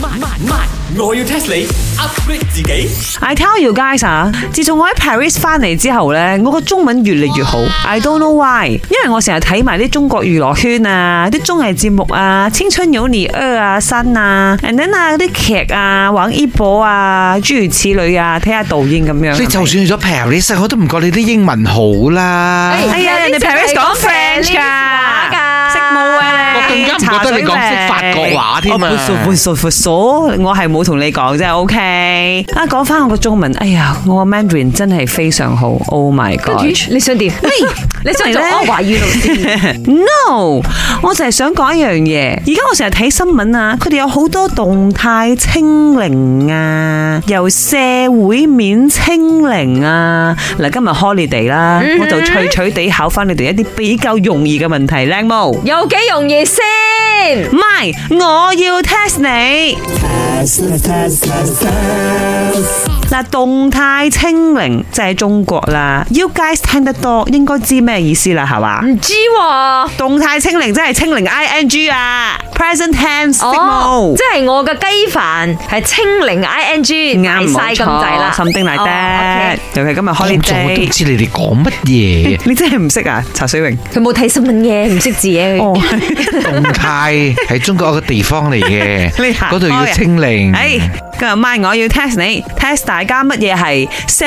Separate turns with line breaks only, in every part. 慢慢慢，我要 test 你 upgrade 自己。
I tell you guys 啊，自從我喺 Paris 翻嚟之後呢，我個中文越嚟越好。I don't know why，因為我成日睇埋啲中國娛樂圈啊、啲綜藝節目啊、青春有你二啊、新啊，and then 啊嗰啲劇啊、玩 e 波啊，諸如此類啊，睇下導演咁樣。
你就算去咗 Paris，我都唔覺你啲英文好啦。
哎呀，人哋 Paris 講 French 噶，識冇啊！
我更加唔覺得你講識法國話添啊
哦闊數闊數闊數我係冇同你講啫，OK。啊，講翻我個中文，哎呀，我個 Mandarin 真係非常好，Oh my
跟
God！
住你想點？你想做安華語老 師？
No，我就係想講一樣嘢。而家我成日睇新聞啊，佢哋有好多動態清零啊，由社會面清零啊。嗱，今日 holiday 啦，我就脆脆地考翻你哋一啲比較容易嘅問題，靚模。
有幾容易先？
唔係，我要 test 你。嗱，動態清零就係中國啦，You guys 聽得多，應該知咩意思啦，係嘛？
唔知喎。
動態清零真係清零 ing 啊，present tense 識冇
哦，即係我嘅雞飯係清零 ing 大晒咁滯啦，
沈丁嚟
哦，OK Ờ,
的，尤其今日
我做我都唔
holiday，
知你哋講乜嘢
你真係唔識啊，茶 水榮。
佢冇睇新聞嘅，唔識字嘅佢。
哦，
動態係中國一個地方嚟嘅
你，行
嗰度要
開啊
清零。
哎，今日晚我要 test 你，test 大家乜嘢係社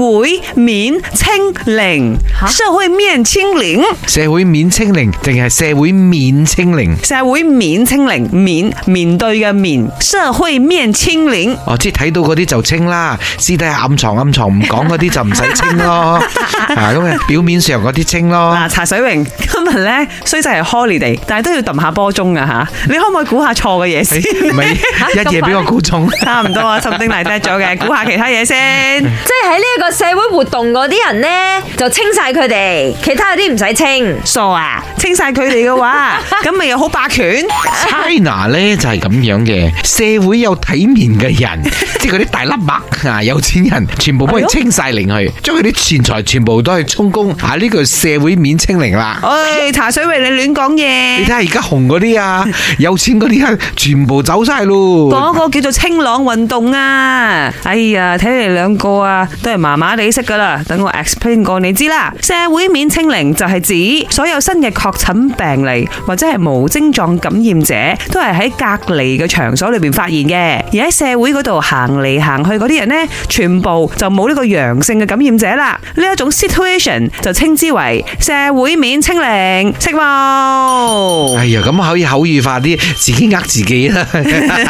會面清零，社會面清零，
社會面清零定係社會面清零？
社會面清零，面面對嘅面，社會面清零。
哦，即係睇到嗰啲就清啦，私底下暗藏暗藏唔講嗰啲就唔使 清咯。啊，咁啊，表面上嗰啲清咯。
啊嗱，茶水榮 今日咧雖則係 holiday，但係都要揼下波鐘啊吓！你可唔可以估下錯嘅嘢
哎
先？
唔係一夜俾我估中。
差唔多啊，十丁嚟得咗嘅，估下其他嘢 先。
即係喺呢一個社會活動嗰啲人呢，就清晒佢哋，其他嗰啲唔使清。
傻啊！清晒佢哋嘅話，咁咪又好霸權。
China 咧就係咁樣嘅，社會有體面嘅人，即係嗰啲大粒麥啊，有錢人，全部幫佢清晒零去，將佢啲錢財全部都去充公，啊呢個社會面清零啦。
唉，哎茶水榮你亂講
你睇
嘢。
下而家紅嗰啲啊，有錢嗰啲啊，全部走晒咯。
嗰個叫做清朗運動啊！哎呀，睇你兩個啊，都係麻麻地識噶啦。等我 explain 過你知啦。社會面清零就係指所有新嘅確診病例或者係無症狀感染者，都係喺隔離嘅場所裏邊發現嘅。而喺社會嗰度行嚟行去嗰啲人呢，全部就冇呢個陽性嘅感染者啦。呢一種 situation 就稱之為社會面清零，識冇？
哎呀，咁可以口語化啲，自己呃自己啦。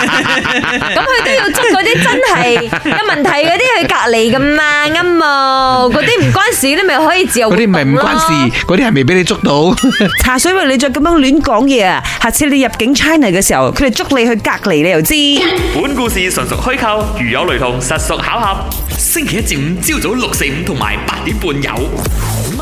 咁佢都要捉嗰啲真係有問題嗰啲去隔離噶嘛，啱冇？嗰啲唔關事，你咪可以自由
嗰
活
啲唔
動咯
係唔關事，嗰啲係未俾你捉到。
茶水榮，你再咁樣亂講嘢啊！下次你入境 China 嘅時候，佢哋捉你去隔離，你又知。
本故事純屬虛構，如有雷同，實屬巧合。星期一至五朝早六四五同埋八點半有。